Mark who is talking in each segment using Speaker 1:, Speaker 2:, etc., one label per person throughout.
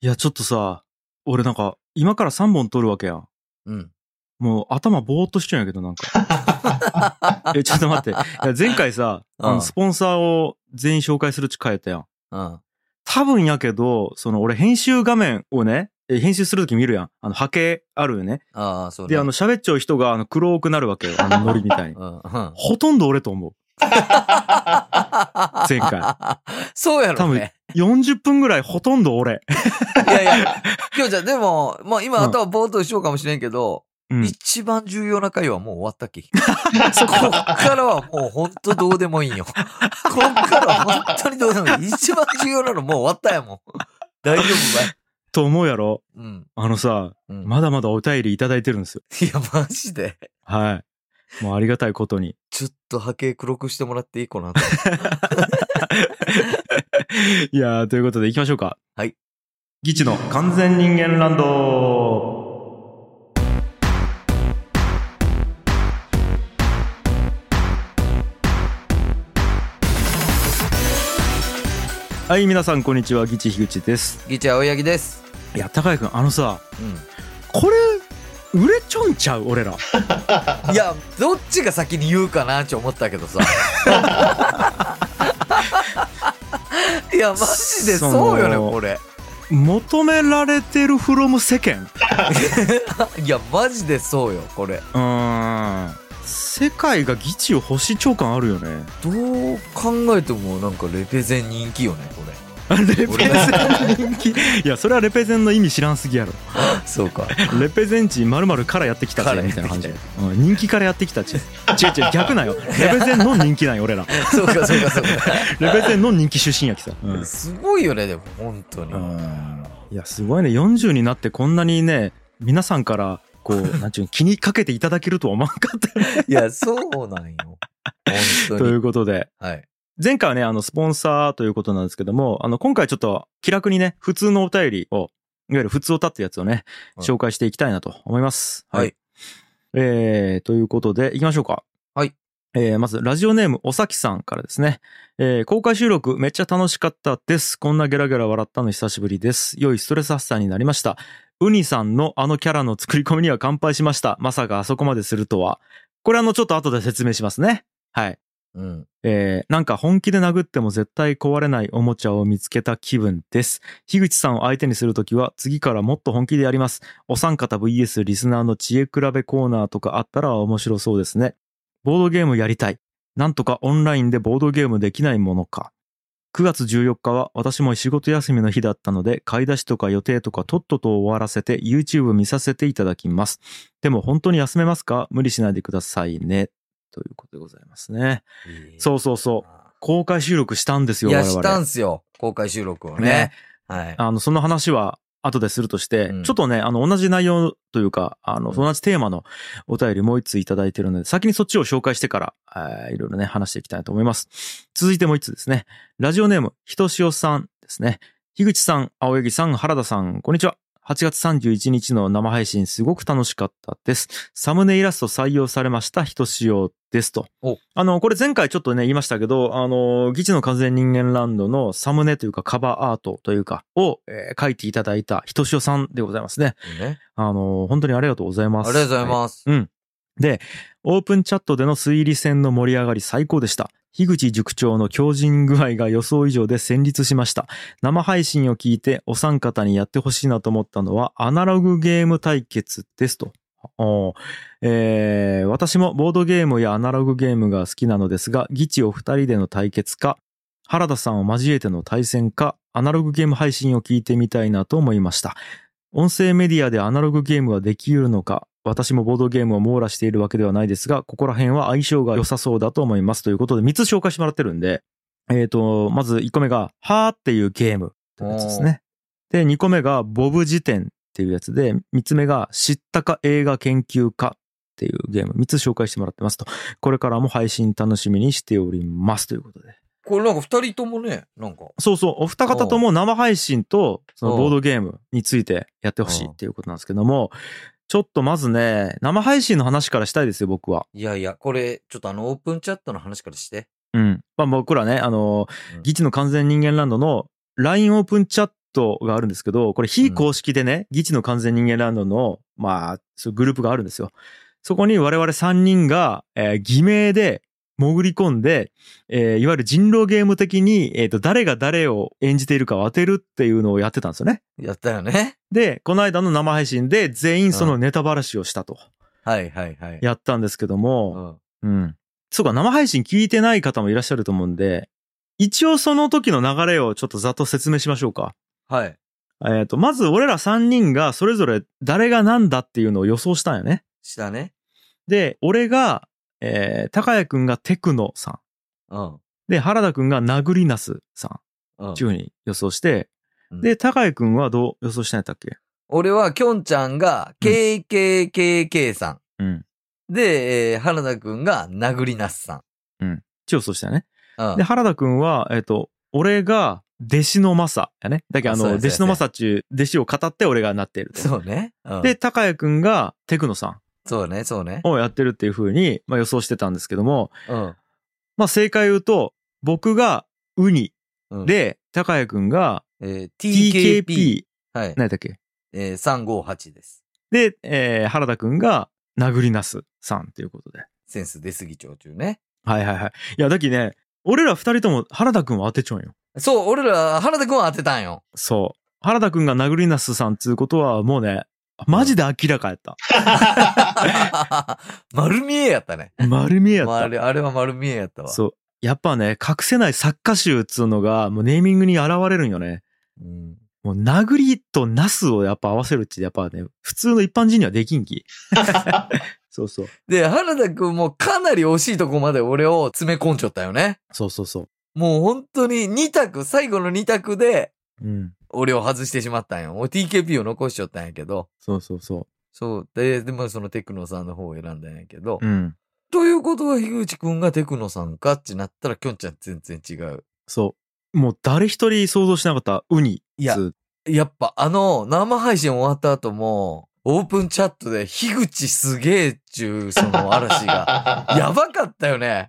Speaker 1: いや、ちょっとさ、俺なんか、今から3本撮るわけやん。
Speaker 2: うん。
Speaker 1: もう頭ぼーっとしちゃうんやけど、なんか。 え、ちょっと待って。いや前回さ、あ
Speaker 2: う
Speaker 1: の、
Speaker 2: ん
Speaker 1: スポンサーを全員紹介するっち変えたやん。
Speaker 2: うん。
Speaker 1: 多分やけど、その、俺編集画面をね、え編集するとき見るやん。あの、波形あるよね。
Speaker 2: ああ、そうね。
Speaker 1: で、あの、、喋っちゃう人が、あの、黒くなるわけよ。あの、ノリみたいに。
Speaker 2: うん、うん。
Speaker 1: ほとんど俺と 思う。前回。
Speaker 2: そうやろね。
Speaker 1: 40分ぐらいほとんど俺。
Speaker 2: いやいや。今日じゃん、でも、まあ今、
Speaker 1: うん
Speaker 2: 頭ぼーっとしようかもしれんけど、
Speaker 1: うん。
Speaker 2: 一番重要な回はもう終わっ たき。こっからはもうほんとどうでもいいよ。 こっからは本当にどうでもいい。一番重要なのもう終わったやもん。大丈夫かい
Speaker 1: と思うやろ。
Speaker 2: うん。
Speaker 1: あのさ、
Speaker 2: うん。
Speaker 1: まだまだお便りいただいてるんですよ。
Speaker 2: いや、マジで。
Speaker 1: はい。もうありがたいことに。
Speaker 2: ちょっと波形黒くしてもらっていいこの後。
Speaker 1: いやー、ということで行きましょうか。
Speaker 2: はい。
Speaker 1: ギチの完全人間ランド。はい、皆さん、こんにちは。ギチ樋口です。
Speaker 2: ギチャ青柳です。
Speaker 1: いや、高井くん、あのさ、
Speaker 2: うん。
Speaker 1: これ、売れちょんちゃう俺ら。
Speaker 2: いや、どっちが先に言うかなって思ったけどさ。 いや、マジでそうよね、
Speaker 1: その
Speaker 2: これ。
Speaker 1: 求められてる from 世間。
Speaker 2: いや、マジでそうよ、これ。
Speaker 1: うーん。世界がギチを星長官あるよね。
Speaker 2: どう考えても、なんかレペゼン人気よね、これ。
Speaker 1: レペゼン人気いやそれはレペゼンの意味知らんすぎや ろ
Speaker 2: そうか。
Speaker 1: レペゼンチまるまるからやってきた
Speaker 2: から
Speaker 1: ぜ
Speaker 2: やっ
Speaker 1: み
Speaker 2: てき
Speaker 1: たい
Speaker 2: た
Speaker 1: な感じ、うん、人気からやってき たち違う違う逆なんよレペゼンの人気なんよ俺ら
Speaker 2: そうか、そうか、そう
Speaker 1: レペゼンの人気出身やきさ、 うん
Speaker 2: か。すごいよね、でも、本当に。
Speaker 1: うんいやすごいね40になってこんなにね皆さんからこうなんちゅうの気にかけていただけるとは思わんかったよね
Speaker 2: いや、そうなんよ。本
Speaker 1: と
Speaker 2: 当
Speaker 1: い
Speaker 2: に。
Speaker 1: うことで
Speaker 2: はい。
Speaker 1: 前回はね、あの、スポンサーということなんですけども、あの、今回ちょっと気楽にね、普通のお便りを、いわゆる普通を立ってやつをね、
Speaker 2: はい
Speaker 1: 紹介していきたいなと思います。
Speaker 2: はい。
Speaker 1: えー、ということで、行きましょうか。
Speaker 2: はい。
Speaker 1: えー、まず、ラジオネーム、おさきさんからですね。えー、公開収録、めっちゃ楽しかったです。こんなゲラゲラ笑ったの久しぶりです。良いストレス発散になりました。ウニさんのあのキャラの作り込みには乾杯しました。まさかあそこまでするとは。これあの、ちょっと後で説明しますね。はい。
Speaker 2: うん。
Speaker 1: えーなんか本気で殴っても絶対壊れないおもちゃを見つけた気分です。樋口さんを相手にするときは次からもっと本気でやります。お三方 VS リスナーの知恵比べコーナーとかあったら面白そうですね。ボードゲームやりたい。なんとかオンラインでボードゲームできないものか。9月14日は私も仕事休みの日だったので、買い出しとか予定とかとっとと終わらせて YouTube 見させていただきます。でも本当に休めますか無理しないでくださいね。ということでございますね。そうそうそう。公開収録したんですよ、
Speaker 2: いや、
Speaker 1: 我々
Speaker 2: したんすよ。公開収録をね
Speaker 1: ね。
Speaker 2: はい。
Speaker 1: あの、その話は後でするとして、
Speaker 2: うん
Speaker 1: ちょっとね、あの、同じ内容というか、あの、
Speaker 2: うん
Speaker 1: 同じテーマのお便りもう一通いただいてるので、先にそっちを紹介してから、えーいろいろね、話していきたいと思います。続いてもう一通ですね。ラジオネーム、ひとしおさんですね。樋口さん、青柳さん、原田さん、こんにちは。8月31日の生配信すごく楽しかったです。サムネイラスト採用されました、ひとしおですと
Speaker 2: お。
Speaker 1: あの、これ前回ちょっとね、言いましたけど、あの、議事の完全人間ランドのサムネというかカバーアートというか、を、えー書いていただいたひとしおさんでございますね。
Speaker 2: ね
Speaker 1: あの、本当にありがとうござい
Speaker 2: あ
Speaker 1: ま
Speaker 2: り
Speaker 1: す。
Speaker 2: がとうござい
Speaker 1: は
Speaker 2: ます。
Speaker 1: うん。で、オープンチャットでの推理戦の盛り上がり最高でした。樋口塾長の強靭具合が予想以上で戦慄しました。生配信を聞いてお三方にやってほしいなと思ったのはアナログゲーム対決ですと。おーえー私もボードゲームやアナログゲームが好きなのですが、議地お二人での対決か、原田さんを交えての対戦か、アナログゲーム配信を聞いてみたいなと思いました。音声メディアでアナログゲームはできるのか、私もボードゲームを網羅しているわけではないですが、ここら辺は相性が良さそうだと思います。ということで、3つ紹介してもらってるんで、えっ、と、まず1個目が、はーっていうゲームというやつですね。で、2個目が、ボブ辞典っていうやつで、3つ目が、知ったか映画研究家っていうゲーム、3つ紹介してもらってますと。これからも配信楽しみにしておりますということで。
Speaker 2: これなんか二人ともね、なんか。
Speaker 1: そうそう、お二方とも生配信と、そのボードゲームについてやってほしいっていうことなんですけども、ちょっとまずね、生配信の話からしたいですよ、僕は。
Speaker 2: いやいや、これ、ちょっとあの、オープンチャットの話からして。
Speaker 1: うん。まあ僕らね、あの
Speaker 2: う、ん
Speaker 1: ギチの完全人間ランドの LINE オープンチャットがあるんですけど、これ非公式でね、議事の完全人間ランドの、まあ、そういうグループがあるんですよ。そこに我々3人が、えー偽名で潜り込んで、えーいわゆる人狼ゲーム的に、えっ、と、誰が誰を演じているかを当てるっていうのをやってたんですよね。
Speaker 2: やった よね。
Speaker 1: で、この間の生配信で全員そのネタばらしをしたと、
Speaker 2: はいはいはい。
Speaker 1: やったんですけど
Speaker 2: う
Speaker 1: も、
Speaker 2: ん、
Speaker 1: うん。そうか、生配信聞いてない方もいらっしゃると思うんで、一応その時の流れをちょっとざっと説明しましょうか。
Speaker 2: はい。
Speaker 1: えっ、と、まず俺ら3人がそれぞれ誰が何だっていうのを予想したんよね。
Speaker 2: したね。
Speaker 1: で、俺が、えー、高谷くんがテクノさん。
Speaker 2: うん。
Speaker 1: で、原田くんが殴りなすさ
Speaker 2: うん
Speaker 1: ん。中に予想して、
Speaker 2: うん
Speaker 1: で、高谷くんはどう予想したんやったっけ
Speaker 2: 俺は、きょんちゃんが、KKKK さ
Speaker 1: うん。
Speaker 2: ん。で、えー、原田くんが、殴りなすさん。
Speaker 1: 一応予想したよね。
Speaker 2: うん
Speaker 1: で、。原田くんは、えっ、と、俺が弟子のマサやね。だけどあ
Speaker 2: そう
Speaker 1: の、
Speaker 2: やそう
Speaker 1: 弟
Speaker 2: や
Speaker 1: 子のマサっちゅう弟子を語って俺がなっていると。
Speaker 2: そうね。うん
Speaker 1: で、、高谷くんがテクノさ
Speaker 2: そうね、そうね
Speaker 1: ん。をやってるっていう風に、まあ、予想してたんですけども、
Speaker 2: うん
Speaker 1: まあ、正解を言うと、僕がウニ
Speaker 2: うん、
Speaker 1: で、高谷くんが
Speaker 2: えー TKP。
Speaker 1: TKP、
Speaker 2: はい。
Speaker 1: 何だっけ
Speaker 2: えー、358です。
Speaker 1: で、えー原田くんが殴りなすさんっていうことで。
Speaker 2: センス出過ぎ長中ね。
Speaker 1: はいはいはい。いや、だきね、俺ら二人とも原田くんを当てちょんよ。
Speaker 2: そう、俺ら、原田くんは当てた んよ。
Speaker 1: そう。原田くんが殴りなすさんっつうことはもうね、マジで明らかやった。
Speaker 2: 丸見えやったね。
Speaker 1: 丸見えやっ
Speaker 2: まあ、あ
Speaker 1: た。
Speaker 2: れ、あれは丸見えやったわ。
Speaker 1: そう。やっぱね、隠せない作家集っつうのが、もうネーミングに現れるんよね。
Speaker 2: うん。
Speaker 1: もう、殴りとナスをやっぱ合わせるって、やっぱね、普通の一般人にはできん き。そうそう。
Speaker 2: で、原田くんもかなり惜しいとこまで俺を詰め込んじゃったよね。
Speaker 1: そうそうそ
Speaker 2: もう本当に2択、最後の2択で
Speaker 1: う。うん。
Speaker 2: 俺を外してしまったんよ。俺 TKP を残しちゃったんやけど。
Speaker 1: そうそうそ
Speaker 2: そう。で、でもそのテクノさんの方を選んだんやけど。
Speaker 1: う。うん。
Speaker 2: ということは、樋口くんがテクノさんかってなったら、きょんちゃん全然違う。
Speaker 1: そう。もう誰一人想像しなかったウニ。
Speaker 2: いや
Speaker 1: つう
Speaker 2: やっぱあの、生配信終わった後も、オープンチャットで、樋口すげえっちゅう、その 嵐が。やばかったよね。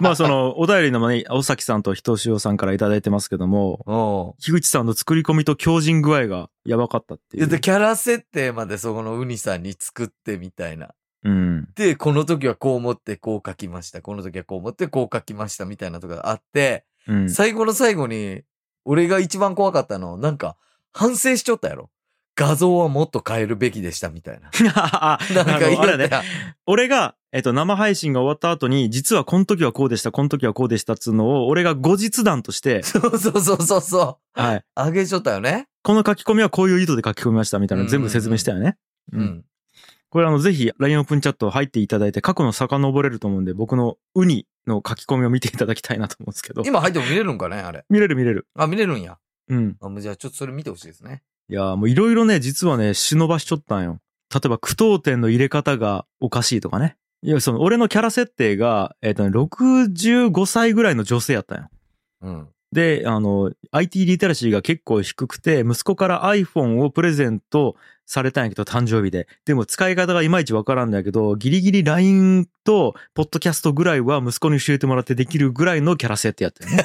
Speaker 1: まあその、お便りの前に、尾崎さんとひとしおさんからいただいてますけども、
Speaker 2: うん。
Speaker 1: 樋口さんの作り込みと強靭具合がやばかったってい
Speaker 2: でで
Speaker 1: う。
Speaker 2: キャラ設定までそこのウニさんに作ってみたいな。
Speaker 1: うん。
Speaker 2: で、この時はこう思ってこう書きました。この時はこう思ってこう書きましたみたいなとかあって、
Speaker 1: うん。
Speaker 2: 最後の最後に、俺が一番怖かったの、なんか、反省しちょったやろ。画像はもっと変えるべきでしたみ たいな。
Speaker 1: あ
Speaker 2: なん
Speaker 1: あの
Speaker 2: か言いよ
Speaker 1: あ
Speaker 2: った
Speaker 1: れ
Speaker 2: やん
Speaker 1: ね、俺が、えっと、生配信が終わった後に、実はこの時はこうでした、この時はこうでしたっつうのを、俺が後日談と して、
Speaker 2: そうそうそうそうそう。
Speaker 1: はい。
Speaker 2: あげちょったよね。
Speaker 1: この書き込みはこういう意図で書き込みましたみたいなの全部説明したよね。
Speaker 2: う
Speaker 1: うん
Speaker 2: ん。
Speaker 1: これあの、ぜひ、LINE オープンチャット入っていただいて、過去の遡れると思うんで、僕のウニの書き込みを見ていただきたいなと思うんですけど。
Speaker 2: 今入っても見れるんかねあれ。
Speaker 1: 見れる見れる。
Speaker 2: あ、見れるんや。
Speaker 1: うん。
Speaker 2: あ、もうじゃあちょっとそれ見てほしいですね。
Speaker 1: いやーもういろいろね、実はね、忍ばしちょったんよ。例えば、苦闘点の入れ方がおかしいとかね。いや、その、俺のキャラ設定が、えっ、とね、65歳ぐらいの女性やったんよ。
Speaker 2: うん。
Speaker 1: で、あの、IT リテラシーが結構低くて、息子から iPhone をプレゼントされたんやけど、誕生日で。でも、使い方がいまいちわからんだけど、ギリギリ LINE と、ポッドキャストぐらいは息子に教えてもらってできるぐらいのキャラ設定やった よね。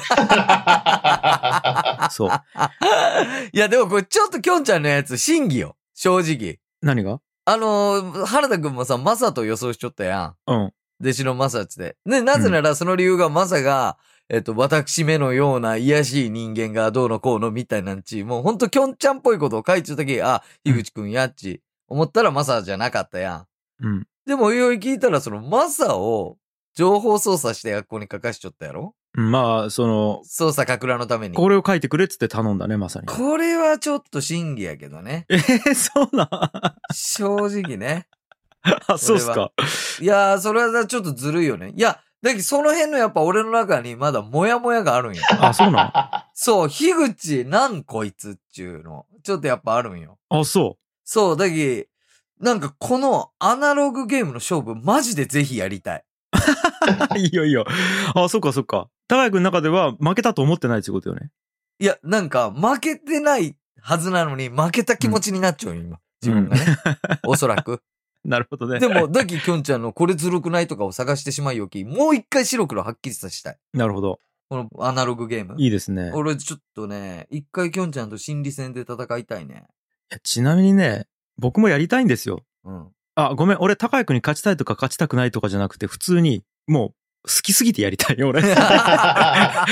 Speaker 1: そう。
Speaker 2: いや、でもこれちょっときょんちゃんのやつ、真偽よ。正直。
Speaker 1: 何が
Speaker 2: あのー原田くんもさ、マサと予想しちょったや
Speaker 1: うん。
Speaker 2: ん。弟子のマサっつって。ね、なぜならその理由がマサが、えっと、私めのような癒やしい人間がどうのこうのみたいなんち、もうほんときょんちゃんっぽいことを書いちゅうとき、あ、井口くんやっち、思ったらマサじゃなかったやん。
Speaker 1: うん。
Speaker 2: でも、いよいよ聞いたら、そのマサを情報操作して学校に書かしちょったやろ
Speaker 1: まあ、その、
Speaker 2: 操作かくらのために。
Speaker 1: これを書いてくれっつって頼んだね、まさに。
Speaker 2: これはちょっと真偽やけどね。
Speaker 1: えー、そうなん
Speaker 2: 正直ね。
Speaker 1: あ、そうっすか。
Speaker 2: いやー、それはちょっとずるいよね。いや、だけどその辺のやっぱ俺の中にまだモヤモヤがあるんよ。
Speaker 1: あ、そうなん
Speaker 2: そう、樋口なんこいつっちゅうの。ちょっとやっぱあるんよ。
Speaker 1: あ、そ
Speaker 2: そう、だけどなんかこのアナログゲームの勝負、マジでぜひやりたい。
Speaker 1: う。いいよいいよ。あ、そっかそっか。高谷君の中では負けたと思ってないってことよね。
Speaker 2: いや、なんか負けてないはずなのに、負けた気持ちになっちゃうよ、今。自分がね。おそらく。
Speaker 1: なるほどね。
Speaker 2: でも、だききょんちゃんのこれずるくないとかを探してしまいよき、もう一回白黒はっきりさせたい。
Speaker 1: なるほど。
Speaker 2: このアナログゲーム。
Speaker 1: いいですね。
Speaker 2: 俺ちょっとね、一回きょんちゃんと心理戦で戦いたいね。
Speaker 1: いやちなみにね、僕もやりたいんですよ。
Speaker 2: うん。
Speaker 1: あ、ごめん、俺、高谷くんに勝ちたいとか勝ちたくないとかじゃなくて、普通に、もう、好きすぎてやりたいよ、 俺。
Speaker 2: あ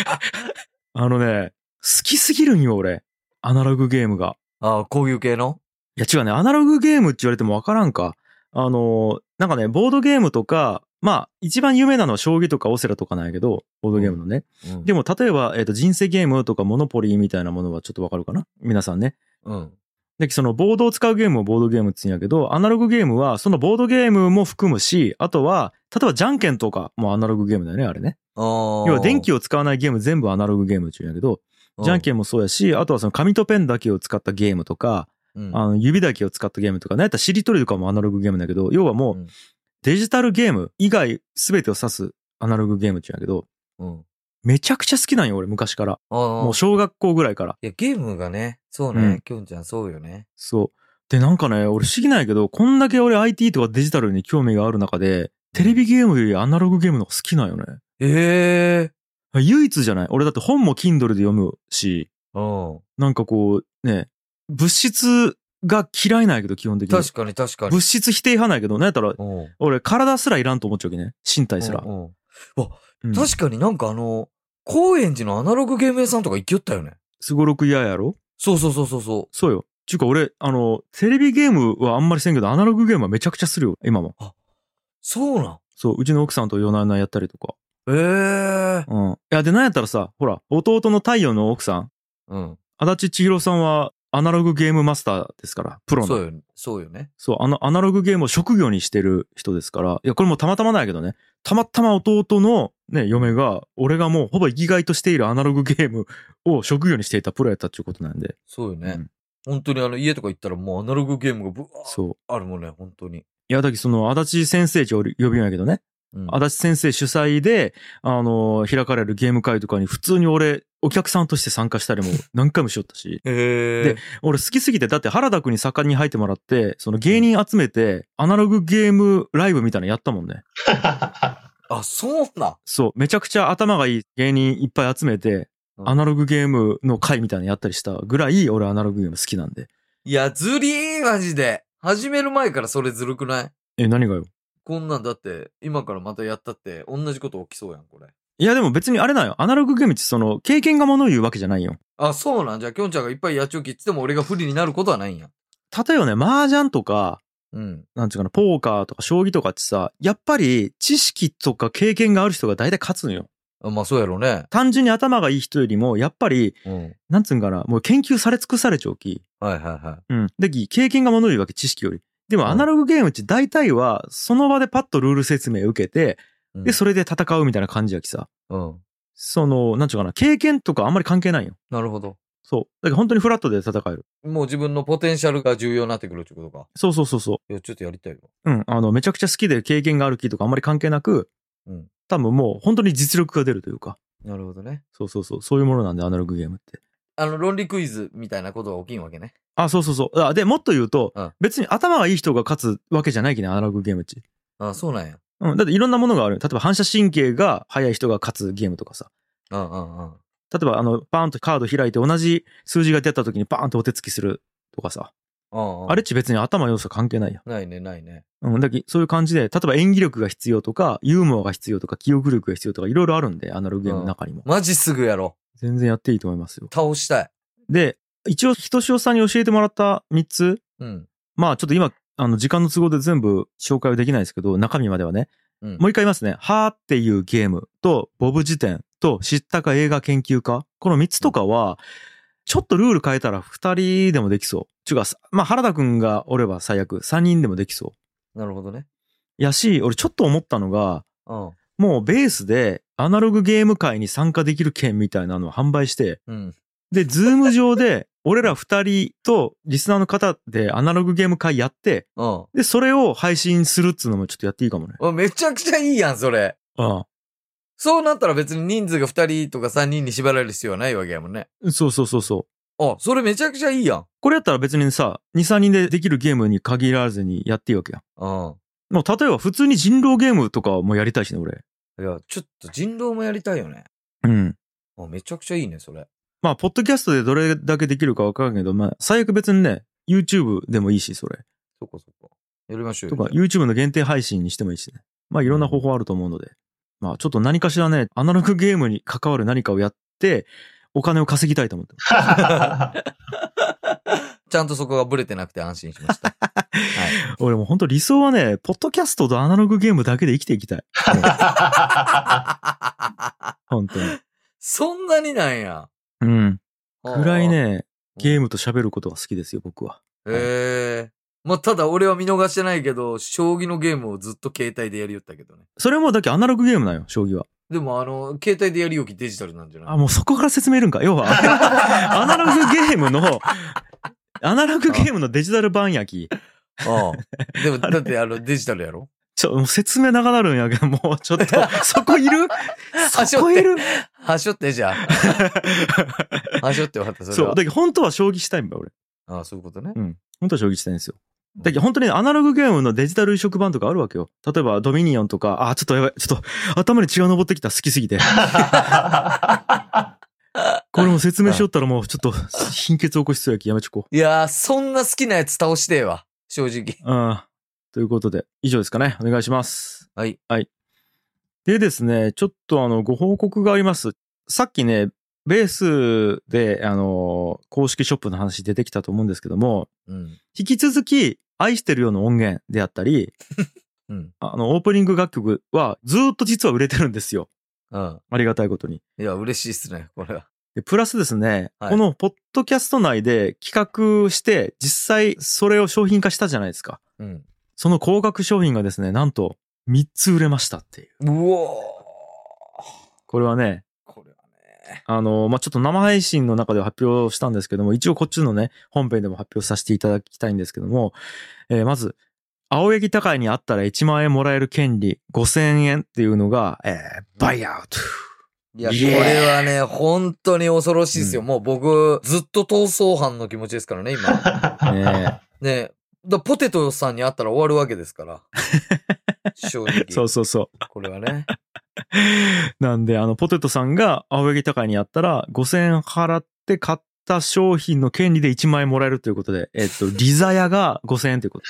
Speaker 1: あのね、好きすぎるんよ、俺。アナログゲームが。
Speaker 2: あ、こういう系の
Speaker 1: いや、違うね、アナログゲームって言われてもわからんか。あのー、なんかね、ボードゲームとか、まあ、一番有名なのは将棋とかオセラとかなんやけど、ボードゲームのね。
Speaker 2: うん
Speaker 1: でも、例えば、えっ、と、人生ゲームとかモノポリーみたいなものはちょっとわかるかな皆さんね。
Speaker 2: うん。
Speaker 1: で、そのボードを使うゲームをボードゲームって言うんやけど、アナログゲームはそのボードゲームも含むし、あとは、例えばじゃんけんとかもアナログゲームだよね、あれね。
Speaker 2: 要
Speaker 1: 要は電気を使わないゲーム全部アナログゲームって言うんやけど、じゃんけんもそうやし、あとはその紙とペンだけを使ったゲームとか、
Speaker 2: うん、
Speaker 1: あの指だけを使ったゲームとか、なんやったらしりとりとかもアナログゲームだけど、要はも
Speaker 2: う
Speaker 1: うんデジタルゲーム以外全てを指すアナログゲームって言うんやけど、
Speaker 2: うん。
Speaker 1: めちゃくちゃ好きなんよ、俺昔から。
Speaker 2: も
Speaker 1: もう小学校ぐらいから。
Speaker 2: いや、ゲームがね、そ
Speaker 1: う
Speaker 2: う
Speaker 1: ん
Speaker 2: ね、きょんちゃんそうよね。
Speaker 1: そう。で、なんかね、俺不思議なんやけど、こんだけ俺 IT とかデジタルに興味がある中で、テレビゲームよりアナログゲームの方が好きなんよね。
Speaker 2: ええ
Speaker 1: 唯一じゃない俺だって本も Kindle で読むし、
Speaker 2: うん。
Speaker 1: なんかこう、ね、物質が嫌いなんやけど、基本的に。
Speaker 2: 確かに確かに
Speaker 1: 物。質否定派なんやけど、なんやったら、
Speaker 2: うん。
Speaker 1: 俺体すらいらんと思っちゃうわけね。身体すら。
Speaker 2: うんうん
Speaker 1: うん
Speaker 2: 確かになんかあの、高円寺のアナログゲーム屋さんとか行きよったよね。
Speaker 1: すごろく嫌やろ
Speaker 2: そうそうそうそうそう。
Speaker 1: そうよ。ちゅうか俺、あの、テレビゲームはあんまりせんけど、アナログゲームはめちゃくちゃするよ、今も。
Speaker 2: そうな
Speaker 1: そう、うちの奥さんと夜な夜なやったりとか。
Speaker 2: ん。ええ
Speaker 1: うん。いや、で、なんやったらさ、ほら、弟の太陽の奥さん、
Speaker 2: うん。
Speaker 1: 足立千尋さんは、アナログゲームマスターですから、プロの。
Speaker 2: そ
Speaker 1: そうう
Speaker 2: よ、そうよね。
Speaker 1: あの、アナログゲームを職業にしてる人ですから、いや、これもたまたまなんやけどね、たまたま弟の、ね、嫁が、俺がもうほぼ生きがいとしているアナログゲームを職業にしていたプロやったっていうことなんで、
Speaker 2: そうよね。
Speaker 1: うん
Speaker 2: 本当にあの、家とか行ったらもうアナログゲームがぶわー
Speaker 1: そう。
Speaker 2: あるもんね、本当に。
Speaker 1: いや、だけどその、足立先生ち呼び呼ぶんやけどね、
Speaker 2: うん
Speaker 1: 足立先生主催で、あの開かれるゲーム会とかに普通に俺、お客さんとして参加したりも何回もしよったし、
Speaker 2: ええ
Speaker 1: で俺好きすぎて、だって原田くんに盛んに入ってもらって、その芸人集めて、アナログゲームライブみたいなのやったもんね。
Speaker 2: あ、そうなん。
Speaker 1: そう、めちゃくちゃ頭がいい芸人いっぱい集めて、
Speaker 2: うん
Speaker 1: アナログゲームの会みたいなのやったりしたぐらい、俺アナログゲーム好きなんで。
Speaker 2: いや、ずりー、マジで。始める前からそれずるくない
Speaker 1: え、何がよ。
Speaker 2: こんなんだって、今からまたやったって、同じこと起きそうやん、これ。
Speaker 1: いや、でも別にあれなんよ。アナログゲームってその、経験が物を言うわけじゃないよ。
Speaker 2: あ、そうなんじゃ、きょんちゃんがいっぱいやっちょきっつっても俺が不利になることはないんや。
Speaker 1: 例えばね、麻雀とか、
Speaker 2: うん。
Speaker 1: なんていうかな、ポーカーとか将棋とかってさ、やっぱり知識とか経験がある人が大体勝つのよ。
Speaker 2: あまあ、そうやろうね。
Speaker 1: 単純に頭がいい人よりも、やっぱり、
Speaker 2: うん。
Speaker 1: なんつうんかな、もう研究され尽くされちゃうき。
Speaker 2: はいはいは
Speaker 1: うん。で、経験が物言うわけ、知識より。で
Speaker 2: うん
Speaker 1: も、アナログゲームって大体は、その場でパッとルール説明受けて、
Speaker 2: い。うん
Speaker 1: で、それで戦うみたいな感じやきさ。
Speaker 2: うん。
Speaker 1: その、なんちゅうかな、経験とかあんまり関係ないよ。
Speaker 2: なるほど。
Speaker 1: そう。だから本当にフラットで戦える。
Speaker 2: もう自分のポテンシャルが重要になってくるってことか。
Speaker 1: そうそうそうそ
Speaker 2: いや、ちょっとやりたいわ。
Speaker 1: う。うん。あの、めちゃくちゃ好きで経験がある気とかあんまり関係なく、
Speaker 2: うん。
Speaker 1: 多分もう本当に実力が出るというか。
Speaker 2: なるほどね。
Speaker 1: そうそうそう。そういうものなんで、アナログゲームって。
Speaker 2: あの、論理クイズみたいなことが起きんわけね。
Speaker 1: あ、そうそうそう。あで、もっと言うと、
Speaker 2: うん
Speaker 1: 別に頭がいい人が勝つわけじゃないきね、アナログゲームっち。
Speaker 2: あ、そうなんや。
Speaker 1: うん。だっていろんなものがある。例えば反射神経が速い人が勝つゲームとかさ。
Speaker 2: うんうんうん。
Speaker 1: 例えば、あの、パーンとカード開いて同じ数字が出た時にパーンとお手つきするとかさ。
Speaker 2: うんうん
Speaker 1: あれっち別に頭要素関係ないや。
Speaker 2: ないね、ないね。
Speaker 1: うん。だけそういう感じで、例えば演技力が必要とか、ユーモアが必要とか、記憶力が必要とか、いろいろあるんで、アナログゲームの中にも。
Speaker 2: マジすぐやろ。
Speaker 1: 全然やっていいと思いますよ。
Speaker 2: 倒したい。
Speaker 1: で、一応、ひとしおさんに教えてもらった3つ。
Speaker 2: うん。
Speaker 1: まあ、ちょっと今、あの、時間の都合で全部紹介はできないですけど、中身まではね。
Speaker 2: うん。
Speaker 1: もう一回言いますね。はーっていうゲームと、ボブ辞典と、知ったか映画研究家。この三つとかは、ちょっとルール変えたら二人でもできそう。ちゅうか、まあ、原田くんがおれば最悪、三人でもできそう。
Speaker 2: なるほどね。
Speaker 1: やし、俺ちょっと思ったのが、
Speaker 2: うん。
Speaker 1: もうベースでアナログゲーム会に参加できる券みたいなのを販売して、
Speaker 2: うん。
Speaker 1: で、ズーム上で、俺ら二人とリスナーの方でアナログゲーム会やって、
Speaker 2: うん。
Speaker 1: で、それを配信するっつうのもちょっとやっていいかもね。
Speaker 2: あめちゃくちゃいいやん、それ。
Speaker 1: あ
Speaker 2: そうなったら別に人数が2人とか3人に縛られる必要はないわけやもんね。
Speaker 1: あ、そうそうそうそう。
Speaker 2: あ、それめちゃくちゃいいやん。
Speaker 1: これやったら別にさ、2、3人でできるゲームに限らずにやっていいわけや。
Speaker 2: うん。
Speaker 1: もう例えば普通に人狼ゲームとかもやりたいしね、俺。
Speaker 2: いや、ちょっと人狼もやりたいよね。
Speaker 1: うん。
Speaker 2: あめちゃくちゃいいね、それ。
Speaker 1: まあ、ポッドキャストでどれだけできるかわからんけど、まあ、最悪別にね、YouTube でもいいし、それ。
Speaker 2: そこそこ。やりましょ
Speaker 1: と
Speaker 2: うよ。
Speaker 1: か、YouTube の限定配信にしてもいいしね。まあ、いろんな方法あると思うので。まあ、ちょっと何かしらね、アナログゲームに関わる何かをやって、お金を稼ぎたいと思ってます。
Speaker 2: ちゃんとそこがブレてなくて安心しました。はい。
Speaker 1: 俺もう本当理想はね、ポッドキャストとアナログゲームだけで生きてい きたい。もう本当に。
Speaker 2: そんなになんや。
Speaker 1: うん。ぐらいね、ゲー
Speaker 2: ム。
Speaker 1: ムと喋ることが好きですよ、僕は。
Speaker 2: へえ。まあ、ただ俺は見逃してないけど、将棋のゲームをずっと携帯でやりよったけどね。
Speaker 1: それもだけアナログゲームなんよ、将棋は。
Speaker 2: でもあの、携帯でやりよきデジタルなんじゃない
Speaker 1: あ、もうそこから説明いるんか。要 は、アナログゲームの、アナログゲームのデジタル版やき。
Speaker 2: あ あでも、だってあの、デジタルやろ
Speaker 1: ちょ、もう説明長なるんやけど、もうちょっ と、そこいる
Speaker 2: 端
Speaker 1: そ
Speaker 2: 折
Speaker 1: こ
Speaker 2: っ
Speaker 1: い
Speaker 2: て
Speaker 1: る
Speaker 2: はしょって、じゃあ。はしょって終わった、それ
Speaker 1: そう。
Speaker 2: は。
Speaker 1: だけど本当は将棋したいんだ、俺。
Speaker 2: ああ、そういうこと ね。
Speaker 1: うん。本当は将棋したいんですよ。だけど本当にアナログゲームのデジタル移植版とかあるわけよ。例えばドミニオンとか、あ、ちょっとやばい、ちょっと頭に血が昇ってきた、好きすぎて。これも説明しよったらもうちょっと貧血起こしそうやき、やめちょこう。
Speaker 2: いやー、そんな好きなやつ倒してえわ。正直。
Speaker 1: うん。ということで、以上ですかね。お願いします。
Speaker 2: はい。
Speaker 1: はい。でですね、ちょっとあの、ご報告があります。さっきね、ベースで、あの、公式ショップの話出てきたと思うんですけども、
Speaker 2: うん。
Speaker 1: 引き続き、愛してるよの音源であったり、
Speaker 2: うん。
Speaker 1: あの、オープニング楽曲は、ずーっと実は売れてるんですよ。
Speaker 2: うん。
Speaker 1: ありがたいことに。
Speaker 2: いや、嬉しいっすね、これは。
Speaker 1: でプラスですね、
Speaker 2: はい
Speaker 1: このポッドキャスト内で企画して、実際それを商品化したじゃないですか。
Speaker 2: うん。
Speaker 1: その高額商品がですね、なんと3つ売れましたっていう。
Speaker 2: うおー
Speaker 1: これはね、
Speaker 2: これはね。
Speaker 1: あの、まあ、ちょっと生配信の中では発表したんですけども、一応こっちのね、本編でも発表させていただきたいんですけども、えーまず、青柳高いにあったら1万円もらえる権利5000円っていうのが、えーバイアウト。
Speaker 2: いや、こ
Speaker 1: いやー
Speaker 2: れはね、本当に恐ろしいっすよ。
Speaker 1: う
Speaker 2: もう僕、ずっと逃走犯の気持ちですからね、 今。
Speaker 1: ね
Speaker 2: ねだポテトさんに会ったら終わるわけで すから。正直。
Speaker 1: そうそうそう。
Speaker 2: これはね。
Speaker 1: なんで、あの、ポテトさんが青柳高いにやったら、5000円払って買った商品の権利で1万円もらえるということで、えっ と、リザヤが5000円ということ。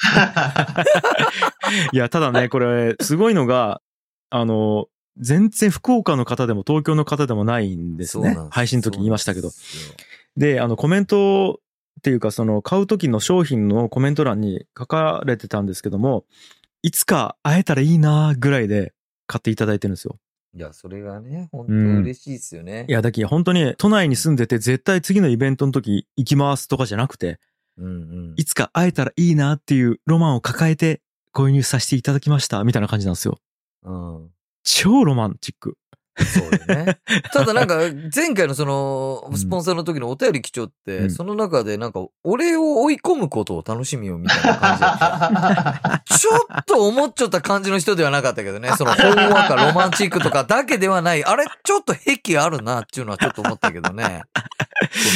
Speaker 1: いや、ただね、これ、すごいのが、あの、全然福岡の方でも東京の方でもないんです
Speaker 2: そう
Speaker 1: ね
Speaker 2: なん。です
Speaker 1: 配信の時に言いましたけど。。
Speaker 2: そうなんですよ
Speaker 1: で、あの、コメントっていうか、その、買う時の商品のコメント欄に書かれてたんですけども、いつか会えたらいいなぐらいで買っていただいてるんですよ。
Speaker 2: いや、それがね、本当
Speaker 1: うん
Speaker 2: 嬉しいですよね。
Speaker 1: いや、だけど本当に都内に住んでて絶対次のイベントの時行きますとかじゃなくて、
Speaker 2: うんうん。
Speaker 1: いつか会えたらいいなっていうロマンを抱えて購入させていただきましたみたいな感じなんですよ。
Speaker 2: うん。
Speaker 1: 超ロマンチック。
Speaker 2: そうだ よね。ただなんか、前回のその
Speaker 1: う、ん
Speaker 2: スポンサーの時のお便り基調って、
Speaker 1: うん
Speaker 2: その中でなんか、俺を追い込むことを楽しみよみたいな感じだった。 ちょっと思っちゃった感じの人ではなかったけどね、その、ほんわかロマンチックとかだけではない、あれ、ちょっと癖あるなっていうのはちょっと思ったけどね。こ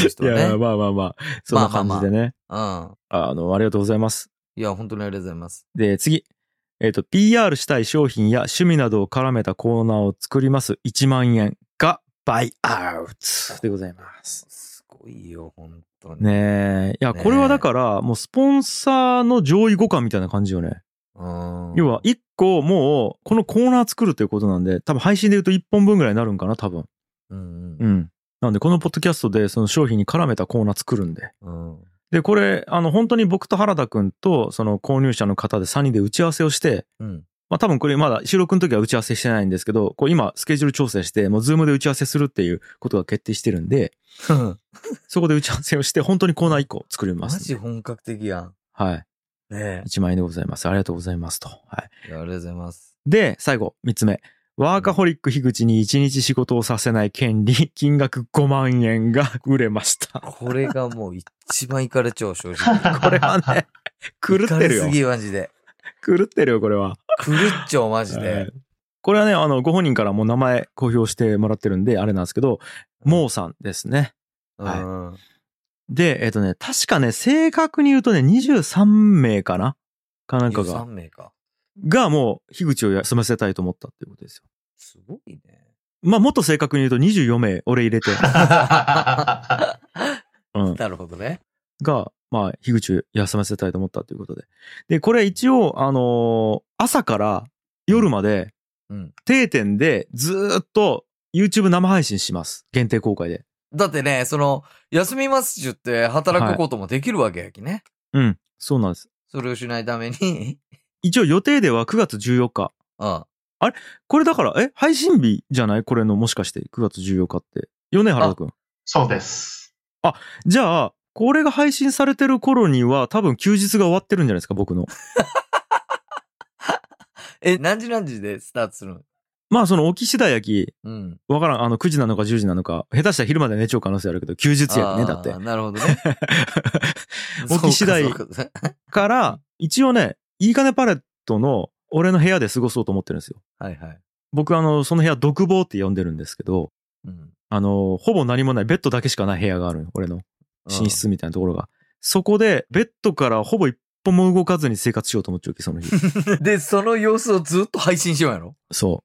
Speaker 2: の人
Speaker 1: い
Speaker 2: はね。
Speaker 1: や、まあまあまあ、そんな感じでね。
Speaker 2: うん。
Speaker 1: あの、ありがとうございます。
Speaker 2: いや、本当にありがとうございます。
Speaker 1: で、次。えっ、と、PR したい商品や趣味などを絡めたコーナーを作ります。1万円がバイアウトでございます。
Speaker 2: すごいよ、本当に。。
Speaker 1: ねえ。いや、
Speaker 2: ねえ
Speaker 1: これはだから、もうスポンサーの上位互換みたいな感じよね。
Speaker 2: うん。
Speaker 1: 要は、一個もう、このコーナー作るということなんで、多分配信で言うと一本分ぐらいになるんかな、多分。
Speaker 2: うん
Speaker 1: う
Speaker 2: うん。
Speaker 1: ん。なんで、このポッドキャストでその商品に絡めたコーナー作るんで。
Speaker 2: うん。
Speaker 1: で、これ、あの、本当に僕と原田くんと、その購入者の方で3人で打ち合わせをして、
Speaker 2: うん。
Speaker 1: まあ多分これまだ収録の時は打ち合わせしてないんですけど、こう今スケジュール調整して、もうズームで打ち合わせするっていうことが決定してるんで、そこで打ち合わせをして、本当にコーナー1個作り
Speaker 2: マ
Speaker 1: ます。
Speaker 2: ジ本格的やん。
Speaker 1: はい。
Speaker 2: ね
Speaker 1: 1万円でございます。ありがとうございますと。はい。
Speaker 2: え。いやありがとうございます。
Speaker 1: で、最後、三つ目。ワーカホリック樋口に一日仕事をさせない権利、 金額5万円が売れました。
Speaker 2: これがもう一番イカれちゃう、正直。
Speaker 1: これは ね、狂ってる
Speaker 2: イカれ
Speaker 1: よ
Speaker 2: す。ぎ、マジで。
Speaker 1: 狂ってるよ、これは。
Speaker 2: 狂っちゃう、マジ
Speaker 1: え
Speaker 2: で
Speaker 1: ー。これはね、あの、ご本人からもう名前公表してもらってるんで、あれなんですけど、モーさんですね。はい
Speaker 2: うん。
Speaker 1: で、えっ、とね、確かね、正確に言うとね、23名かなかなんか
Speaker 2: 3
Speaker 1: が、
Speaker 2: 名か。
Speaker 1: がもう、樋口を休ませたいと思ったっていうことですよ。
Speaker 2: すごいね。
Speaker 1: まあ、もっと正確に言うと24名、俺入れ て、うん、
Speaker 2: なるほどね。
Speaker 1: が、まあ、樋口を休ませたいと思ったということで。で、これ一応、あのー朝から夜まで、
Speaker 2: うん。
Speaker 1: 定点でずーっと YouTube 生配信します。限定公開で。
Speaker 2: だってね、その、休みますっちゅって働くこともできるわけやきね。
Speaker 1: うん、そうなんです。
Speaker 2: それをしないために、
Speaker 1: 一応予定では9月14日。
Speaker 2: うん。
Speaker 1: これだから、え、配信日じゃないこれのもしかして9月14日って。よね、原田くん。
Speaker 3: そうです。
Speaker 1: じゃあ、これが配信されてる頃には多分休日が終わってるんじゃないですか、僕の。
Speaker 2: え、何時何時でスタートするの
Speaker 1: まあ、その起き次第やき、
Speaker 2: うん。
Speaker 1: わからん、あの、9時なのか10時なのか、下手したら昼まで寝ちゃう可能性あるけど、休日やきね、
Speaker 2: あー
Speaker 1: だって。
Speaker 2: なるほどね。
Speaker 1: 起き次第
Speaker 2: そうかそうか
Speaker 1: から、一応ね、いいかねパレットの俺の部屋で過ごそうと思ってるんですよ。
Speaker 2: はいはい。
Speaker 1: 僕、あの、その部屋、独房って呼んでるんですけど、
Speaker 2: うん。
Speaker 1: あの、ほぼ何もない、ベッドだけしかない部屋があるの俺の寝室みたいなところが。そこで、ベッドからほぼ一歩も動かずに生活しようと思っちゃうわけ、そ の日。
Speaker 2: うん。で、その様子をずっと配信しようやろ
Speaker 1: そ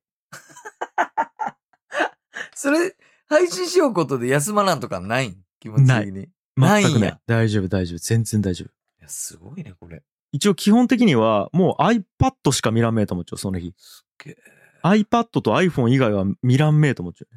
Speaker 2: それ、配信しようことで休まらんとかないん気持ち的に。い。
Speaker 1: う。
Speaker 2: ないんや
Speaker 1: 全くね。大丈夫、大丈夫。全然大丈夫。
Speaker 2: や、すごいね、これ。
Speaker 1: 一応基本的には、もう iPad しか見らんめえと思っちゃう、その日。
Speaker 2: すっげえ。
Speaker 1: iPad と iPhone 以外は見らんめえと思っちゃ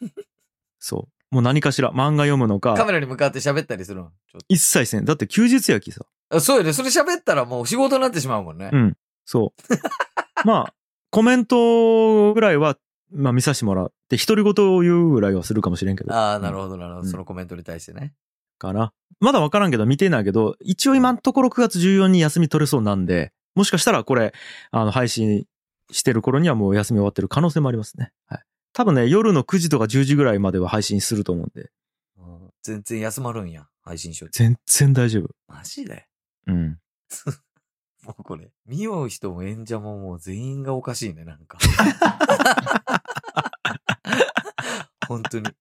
Speaker 1: うね。 そう。もう何かしら、漫画読むの
Speaker 2: カ
Speaker 1: か、
Speaker 2: メラに向かって喋ったりするのちょっと
Speaker 1: 一切せん。だって休日やきさ。
Speaker 2: あそうよね。それ喋ったらもう仕事になってしまうもんね。
Speaker 1: うん。そう。 まあ、コメントぐらいは、まあ見させてもらって、独り言を言うぐらいはするかもしれんけど。
Speaker 2: ああ、なるほど、なるほど。
Speaker 1: うん
Speaker 2: そのコメントに対してね。
Speaker 1: かな。まだわからんけど、見てないけど、一応今のところ9月14に休み取れそうなんで、もしかしたらこれ、あの、配信してる頃にはもう休み終わってる可能性もありますね。はい。多分ね、夜の9時とか10時ぐらいまでは配信すると思うんで、
Speaker 2: うん全然休まるんや。配信しようって。
Speaker 1: 全然大丈夫。
Speaker 2: マジで
Speaker 1: うん。
Speaker 2: もうこれ、見よう人も演者ももう全員がおかしいね、なん か。本当に。狂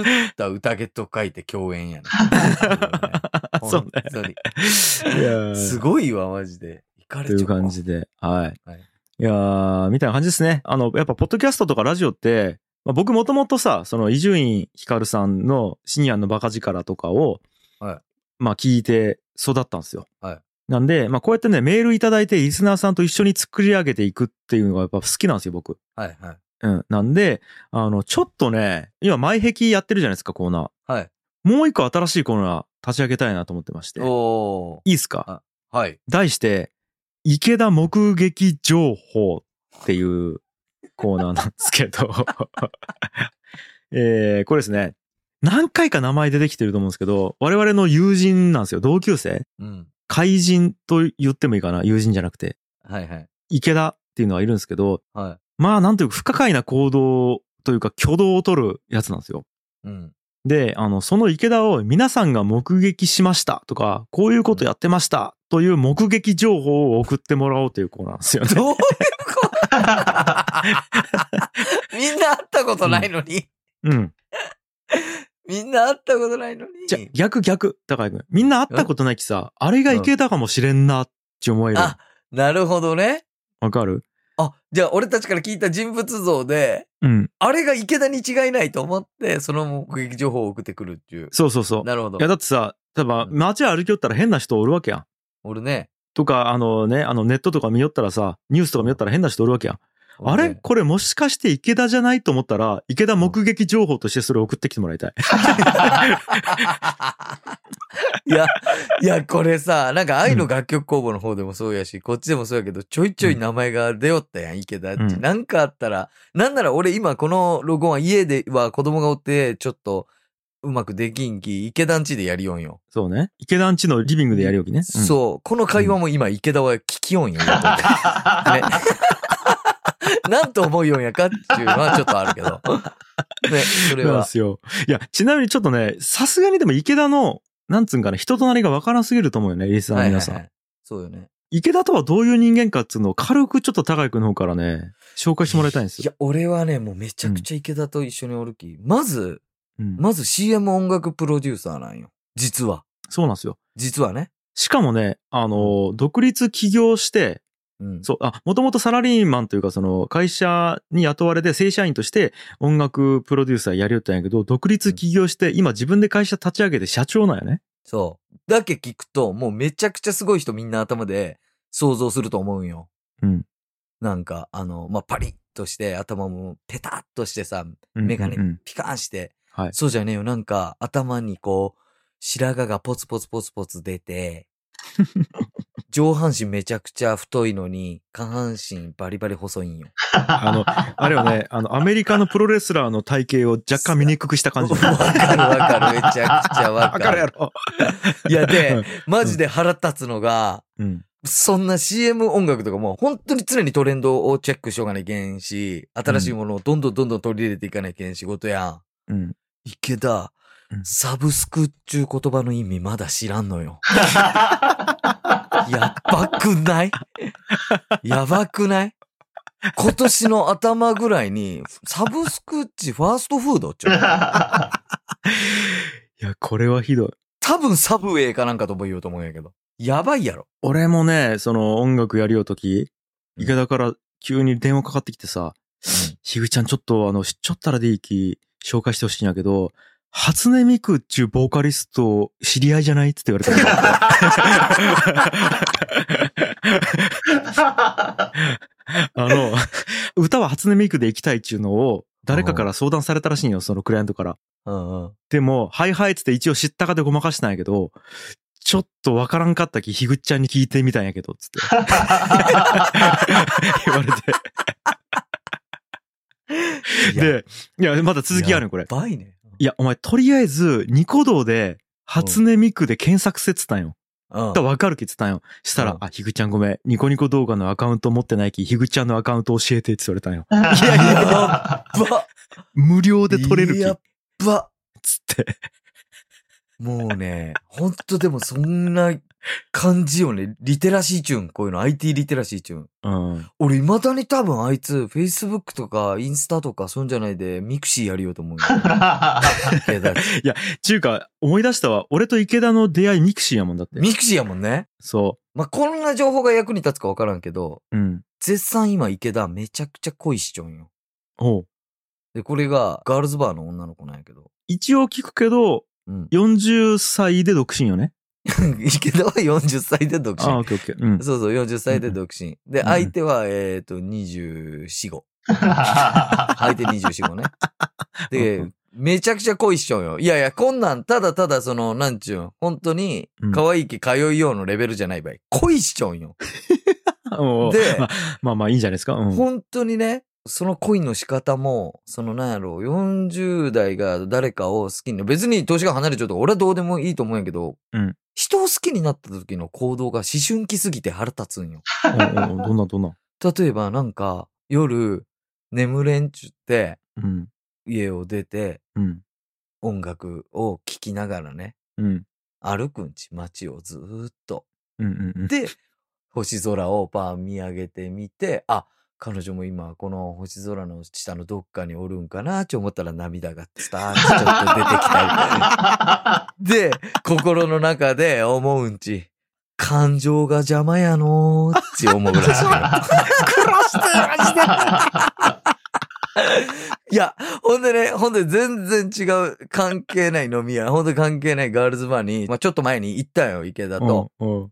Speaker 2: った宴と書いて共演 や な。
Speaker 1: そうね
Speaker 2: 本当に。
Speaker 1: いやー
Speaker 2: すごいわ、マジで。いかれ
Speaker 1: と
Speaker 2: ちゃ
Speaker 1: いうう
Speaker 2: わ
Speaker 1: 感じで、はい。
Speaker 2: はい
Speaker 1: いやー、みたいな感じですね。あの、やっぱ、ポッドキャストとかラジオって、まあ、僕もともとさ、その、伊集院光さんの深夜のバカ力とかを、
Speaker 2: はい
Speaker 1: まあ、聞いて育ったんですよ。
Speaker 2: はい
Speaker 1: なんで、まあ、こうやってね、メールいただいて、リスナーさんと一緒に作り上げていくっていうのがやっぱ好きなんですよ、僕。
Speaker 2: はいはい。
Speaker 1: うん。なんで、あの、ちょっとね、今、前壁やってるじゃないですか、コーナー。
Speaker 2: はい。
Speaker 1: もう一個新しいコーナー立ち上げたいなと思ってまして。い
Speaker 2: お
Speaker 1: いですか
Speaker 2: ー。はい。
Speaker 1: 題して、池田目撃情報っていうコーナーなんですけど、 えー、これですね、何回か名前出てきてると思うんですけど、我々の友人なんですよ、同級生。
Speaker 2: うん。
Speaker 1: 怪人と言ってもいいかな、友人じゃなくて。
Speaker 2: はいはい。
Speaker 1: 池田っていうのはいるんですけど、
Speaker 2: は
Speaker 1: まあなんというか不可解な行動というか挙動を取るやつなんですよ。
Speaker 2: い。うん。
Speaker 1: で、あの、その池田を皆さんが目撃しましたとか、こういうことやってましたという目撃情報を送ってもらおうというコーナーなんですよね。
Speaker 2: どういうことみんな会ったことないのに。
Speaker 1: うん。
Speaker 2: みんな会ったことないのに。
Speaker 1: じゃ、逆逆、高井君。みんな会ったことないきさ、あれが池田かもしれんなって思える。
Speaker 2: あ、なるほどね。
Speaker 1: わかる
Speaker 2: あ、じゃあ俺たちから聞いた人物像で、
Speaker 1: うん。
Speaker 2: あれが池田に違いないと思って、その目撃情報を送ってくるっていう。
Speaker 1: そうそうそう。
Speaker 2: なるほど
Speaker 1: いや、。だってさ、例えば
Speaker 2: うん
Speaker 1: 街歩きよったら変な人おるわけやん。
Speaker 2: 俺ね。
Speaker 1: とか、あのね、あのネットとか見よったらさ、ニュースとか見よったら変な人おるわけやん。あ
Speaker 2: 俺
Speaker 1: れ
Speaker 2: ね
Speaker 1: これもしかして池田じゃないと思ったら、池田目撃情報としてそれを送ってきてもらいた い。
Speaker 2: いや、いや、これさ、なんか愛の楽曲工房の方でもそうやし、こっちでもそうやけど、ちょいちょい名前が出よったやん、池田っち。
Speaker 1: うん
Speaker 2: なんかあったら、なんなら俺今この録音は家では子供がおって、ちょっとうまくできんき、池田んちでやりよんよ。
Speaker 1: そうね。池田んちのリビングでやるよきね。うん
Speaker 2: そう、この会話も今池田は聞 きよんよ。ね。 なんと思うよんやかっていうのはちょっとあるけど。ね、それ
Speaker 1: なんで
Speaker 2: は。
Speaker 1: すよ。いや、ちなみにちょっとね、さすがにでも池田の、なんつうんかな、人となりがわからんすぎると思うよね、リスナーの皆さん。
Speaker 2: い。そうよね。
Speaker 1: 池田とはどういう人間かっつうのを軽くちょっと高井くんの方からね、紹介してもらいたいんです
Speaker 2: い
Speaker 1: よ。
Speaker 2: や、俺はね、もうめちゃくちゃ池田と一緒におるき。まず、
Speaker 1: うん
Speaker 2: まず CM 音楽プロデューサーなんよ。実は。
Speaker 1: そうなんですよ。
Speaker 2: 実はね。
Speaker 1: しかもね、あのー、独立起業して、
Speaker 2: うん。
Speaker 1: そう、あ、もともとサラリーマンというか、その、会社に雇われて正社員として音楽プロデューサーやりよったんやけど、独立起業して、今自分で会社立ち上げて社長なんよね。
Speaker 2: そう。だけ聞くと、もうめちゃくちゃすごい人みんな頭で想像すると思うんよ。
Speaker 1: うん。
Speaker 2: なんか、あの、まあ、パリッとして、頭もペタッとしてさ、メガネ
Speaker 1: うんうんうん
Speaker 2: ピカーンして、
Speaker 1: はい
Speaker 2: そうじゃねえよ。なんか、頭にこう、白髪がポツポツポツポツ出 て、上半身めちゃくちゃ太いのに、下半身バリバリ細いんよ。
Speaker 1: あの、あれよ ね、あの、アメリカのプロレスラーの体型を若干醜くした感 じ。
Speaker 2: わかるわかる。めちゃくちゃわか
Speaker 1: わ
Speaker 2: る。
Speaker 1: かるやろ。
Speaker 2: いや、で、マジで腹立つのが、
Speaker 1: うん。
Speaker 2: そんな CM 音楽とかも本当に常にトレンドをチェックしようがないけんし、新しいものをどんどんどんどん取り入れていかないけん仕事や
Speaker 1: うん。
Speaker 2: ん。池田
Speaker 1: う、ん
Speaker 2: サブスクっちゅう言葉の意味まだ知らんのよ。やばくないやばくない今年の頭ぐらいに、サブスクっちファーストフードっちゅう。
Speaker 1: いや、これはひどい。
Speaker 2: 多分サブウェイかなんかとも言うと思うんやけど。やばいやろ。
Speaker 1: 俺もね、その音楽やりようとき、
Speaker 2: うん
Speaker 1: 池田から急に電話かかってきてさ、ひぐちゃんちょっとあの、知っちゃったらでいいき、紹介してほしいんやけど、初音ミクっちゅうボーカリスト知り合いじゃないっつって言われたん だあの、歌は初音ミクで行きたいっちゅうのを誰かから相談されたらしいんよ、そのクライアントから。
Speaker 2: うんうん。
Speaker 1: でも、はいはいっつって一応知ったかでごまかしたんやけど、ちょっとわからんかったき、ひぐっちゃんに聞いてみたんやけど、つって。言われて。で、いや、まだ続きあるよ、これ。
Speaker 2: やばいね。
Speaker 1: いや、お前、とりあえず、ニコ動で、初音ミクで検索せっつったんよ。
Speaker 2: うん
Speaker 1: だからわかる気っつったんよ。した
Speaker 2: う
Speaker 1: ら
Speaker 2: ん、
Speaker 1: あ、ひぐちゃんごめん。ニコニコ動画のアカウント持ってないき、ひぐちゃんのアカウント教えてって言われたんよ。いやいや
Speaker 2: やば
Speaker 1: 無料で撮れる気
Speaker 2: や
Speaker 1: っ
Speaker 2: っば
Speaker 1: つって。
Speaker 2: もうね、ほんとでもそんな感じよね。リテラシーチューン、こういうの。IT リテラシーチューン。
Speaker 1: うん。
Speaker 2: 俺未だに多分あいつ、Facebook とかインスタとかそういうんじゃないで、ミクシーやりようと思う よ。池田
Speaker 1: ちゅうか、思い出したわ。俺と池田の出会いミクシーやもんだって。
Speaker 2: ミクシーやもんね。
Speaker 1: そ
Speaker 2: まあ、こんな情報が役に立つかわからんけど、
Speaker 1: う。うん。
Speaker 2: 絶賛今池田めちゃくちゃ恋しちょんよ。
Speaker 1: おう
Speaker 2: で、これがガールズバーの女の子なんやけど。
Speaker 1: 一応聞くけど、
Speaker 2: うん。
Speaker 1: 40歳で独身よね。
Speaker 2: 池田は40歳で独身。
Speaker 1: あ、オッケーオッケー。 うん。
Speaker 2: そうそう、40歳で独身。で、
Speaker 1: うん
Speaker 2: 相手は、えっ、と、24、5。相手24、5ね。
Speaker 1: う
Speaker 2: で
Speaker 1: ん、
Speaker 2: めちゃくちゃ恋しちゃうよ。いやいや、こんなん、ただただ、その、なんちゅうん、本当に
Speaker 1: うん、
Speaker 2: 可愛い気通いようのレベルじゃない場合、恋しちゃうんよ。
Speaker 1: おうおう
Speaker 2: で
Speaker 1: まあまあまあ、いいんじゃないですか。うん。
Speaker 2: 本当にね、その恋の仕方も、そのなんやろう、40代が誰かを好きにな、別に年が離れちゃうとか俺はどうでもいいと思うんやけど、
Speaker 1: うん
Speaker 2: 人を好きになった時の行動が思春期すぎて腹立つんよ。
Speaker 1: おうおうどんなどんな。
Speaker 2: 例えばなんか夜眠れんちゅって
Speaker 1: うん。
Speaker 2: 家を出て
Speaker 1: うん。
Speaker 2: 音楽を聴きながらね
Speaker 1: うん。
Speaker 2: 歩くんち街をずーっと。
Speaker 1: うんうんうん。
Speaker 2: で星空をパー見上げてみてあ彼女も今この星空の下のどっかにおるんかなって思ったら涙がスターッとちょっと出てきたりで心の中で思うんち感情が邪魔やのーって思う らしいよ。 いや、ほんでね、ほんで全然違う、関係ない飲み屋、ほんと関係ないガールズバーに、まあちょっと前に行ったよ、池田と。
Speaker 1: うん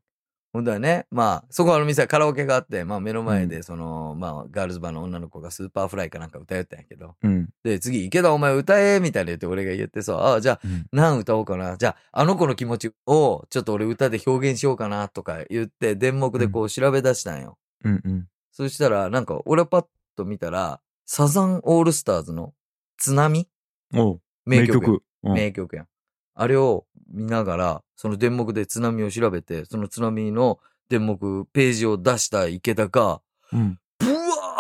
Speaker 2: ほんだらね、まあ、そこはあの店はカラオケがあって、まあ目の前で、その、まあガールズバーの女の子がスーパーフライかなんか歌えたんやけど。
Speaker 1: うん。
Speaker 2: で、次、池田お前歌えみたいな言って俺が言ってさ、ああ、じゃあ、
Speaker 1: うん
Speaker 2: 何歌おうかな。じゃあ、あの子の気持ちを、ちょっと俺歌で表現しようかな、とか言って、電目でこう調べ出したんよ。
Speaker 1: うんうん。
Speaker 2: そしたら、なんか、俺パッと見たら、サザンオールスターズの津波
Speaker 1: おう
Speaker 2: 名曲やん。。
Speaker 1: うん
Speaker 2: 名曲やん。あれを見ながら、その電目で津波を調べて、その津波の電目ページを出した池田が、
Speaker 1: うん。
Speaker 2: ブワ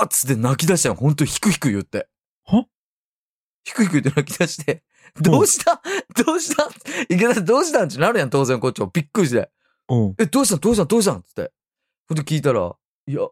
Speaker 2: ーっつって泣き出したよ。ほんと、ひくひく言って。
Speaker 1: は
Speaker 2: ひくひく言って泣き出して、どうした どうした池田どうしたんってなるやん、当然こっちも。びっくりして。
Speaker 1: おう
Speaker 2: え、どうしたんどうしたんどうしたんつって。ほんで聞いたら、いや、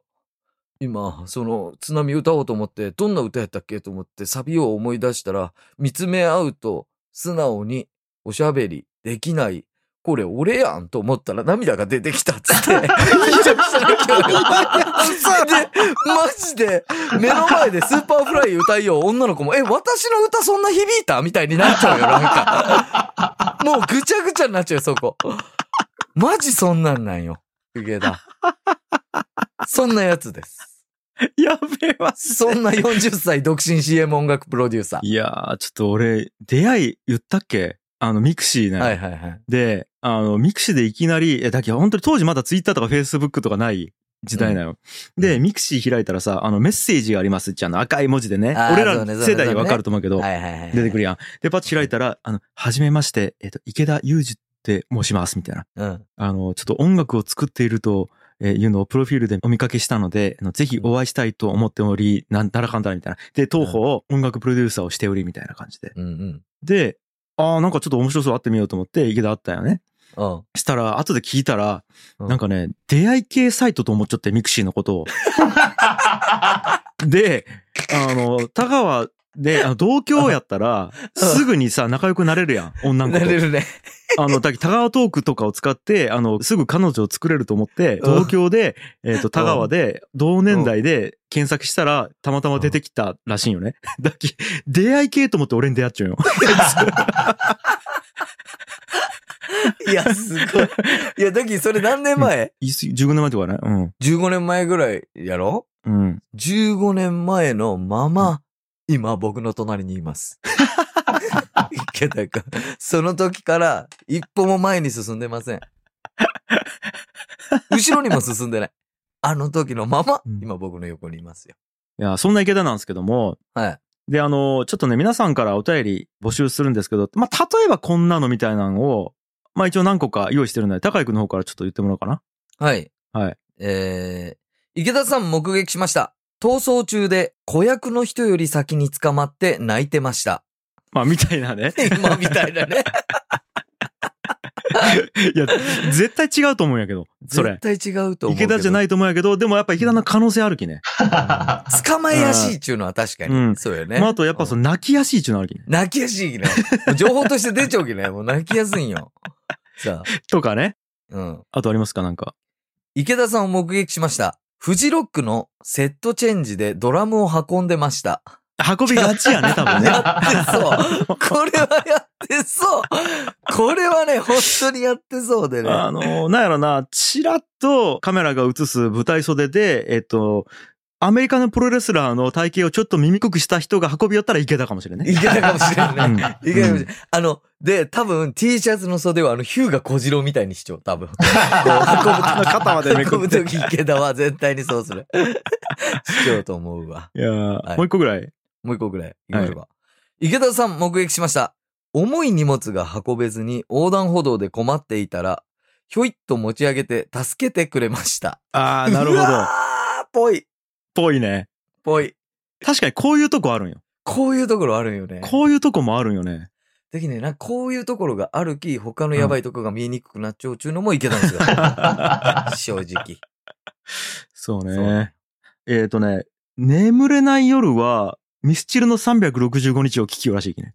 Speaker 2: 今、その、津波歌おうと思って、どんな歌やったっけと思って、サビを思い出したら、見つめ合うと、素直に、おしゃべり、できない、これ俺やんと思ったら涙が出てきたっつって、 緊張した時は。で、マジで、目の前でスーパーフライ歌いよう女の子も、え、私の歌そんな響いたみたいになっちゃうよ、なんか。もうぐちゃぐちゃになっちゃうよ、そこ。マジそんなんなんよ、ゲだ。そんなやつです。
Speaker 1: やべえわ。
Speaker 2: そんな40歳独身 CM 音楽プロデューサ
Speaker 1: いやー、ちょっと俺、出会い言ったっけあの、ミクシーね。
Speaker 2: ー。はいはいはい。
Speaker 1: で、あの、ミクシーでいきなり、え、だけど本当に当時まだツイッターとかフェイスブックとかない時代なの。で、ミクシー開いたらさ、あの、メッセージがありますってあの赤い文字でね。
Speaker 2: あー
Speaker 1: 俺
Speaker 2: そう
Speaker 1: らの
Speaker 2: ねそうね
Speaker 1: 世代わかると思うけど、
Speaker 2: はいはいはい。
Speaker 1: 出てく
Speaker 2: る。
Speaker 1: るやん。で、パッと開いたら、あの、はじめまして、えっ、と、池田裕二って申します、みたいな。
Speaker 2: うん。
Speaker 1: あの、ちょっと音楽を作っていると、えーいうのをプロフィールでお見かけしたので、あのぜひお会いしたいと思っており、なんだらかんだらみたいな。で、当方、音楽プロデューサーをしており、みたいな感じで。
Speaker 2: うんうん。
Speaker 1: で、ああ、なんかちょっと面白そう、会ってみようと思って、池田会ったよね。
Speaker 2: うん。
Speaker 1: したら、後で聞いたら、
Speaker 2: うん
Speaker 1: なんかね、出会い系サイトと思っちゃって、ミクシーの ことを。で、あの、田川で、あの同居やったら、
Speaker 2: うん
Speaker 1: すぐにさ、仲良くなれるやん、女の子
Speaker 2: な
Speaker 1: と
Speaker 2: れ。るね。
Speaker 1: あの、だけど田川トークとかを使って、あの、すぐ彼女を作れると思って、
Speaker 2: うん
Speaker 1: 東京で、えっ、と、田川で、同年代で検索したら、たまたま出てきたらしいんよね。だけど出会い系と思って俺に出会っちゃうよ。
Speaker 2: いや、すごい。いや、だきそれ何年前
Speaker 1: いす15年前とかね。うん。
Speaker 2: ?15 年前ぐらいやろ
Speaker 1: うん。
Speaker 2: ?15 年前のまま、今僕の隣にいます。池田君。その時から一歩も前に進んでません。後ろにも進んでない。あの時のまま、
Speaker 1: うん
Speaker 2: 今僕の横にいますよ。
Speaker 1: いや、そんな池田なんですけども、
Speaker 2: はい。
Speaker 1: で、あの、ちょっとね、皆さんからお便り募集するんですけど、まあ、例えばこんなのみたいなのを、まあ、一応何個か用意してるので、高井くんの方からちょっと言ってもらおうかな。
Speaker 2: はい。
Speaker 1: はい。
Speaker 2: えー、池田さん目撃しました。逃走中で子役の人より先に捕まって泣いてました。
Speaker 1: まあ、みたいなね。
Speaker 2: 今みたいなね。
Speaker 1: いや、絶対違うと思うんやけど、 それ。
Speaker 2: 絶対違うと思うけ
Speaker 1: 池
Speaker 2: ど。。
Speaker 1: 田じゃないいと思うんやけど、でもやっぱ池田の可能性あるきね。
Speaker 2: 捕まえやすいっちゅうのは確かに。
Speaker 1: うん
Speaker 2: そうよね。
Speaker 1: まあ、あとやっぱそ
Speaker 2: の。
Speaker 1: の泣きやすいっちゅうのあるきね。
Speaker 2: 泣きやすいきね。もう情報として出ちゃうき ね。もう泣きやすいんよ。さあ、
Speaker 1: とかね。
Speaker 2: うん。
Speaker 1: あとありますかなんか。
Speaker 2: 池田さんを目撃しました。フジロックのセットチェンジでドラムを運んでました。
Speaker 1: 運びがちやね、多分 ね。
Speaker 2: やってそう。 これはやってそう。これはね、本当にやってそうでね。
Speaker 1: あの、なんやろな、ちらっとカメラが映す舞台袖で、えっと、アメリカのプロレスラーの体型をちょっと耳くくした人が運び寄ったら池田かもしれんね。
Speaker 2: いけないかもしれないね。
Speaker 1: うん
Speaker 2: いけないかもしれない。あの、で、多分 T シャツの袖はあの、ヒューが小次郎みたいにしちゃう、多分。こう運ぶ
Speaker 1: の肩までめく
Speaker 2: 運
Speaker 1: っ
Speaker 2: ぶ
Speaker 1: て
Speaker 2: とき池田は絶対にそうする。しちゃうと思うわ。
Speaker 1: いや
Speaker 2: は
Speaker 1: ー
Speaker 2: い
Speaker 1: もう一個ぐらい。
Speaker 2: もう一個ぐらい。行きましょうか。池田さん目撃しました。重い荷物が運べずに横断歩道で困っていたら、ひょいっと持ち上げて助けてくれました。
Speaker 1: ああ、なるほど
Speaker 2: う。わーぽい。
Speaker 1: ぽいね。
Speaker 2: ぽい。
Speaker 1: 確かにこういうとこあるんよ。
Speaker 2: こういうところあるんよね。
Speaker 1: こういうとこもあるんよね。
Speaker 2: できね、なんかこういうところがあるき、他のやばいとこが見えにくくなっちゃうちゅうのもいけたんですよ。 正直。
Speaker 1: そう
Speaker 2: そう
Speaker 1: ね。えっ、とね、眠れない夜は、ミスチルの365日を聞きよらしいきね。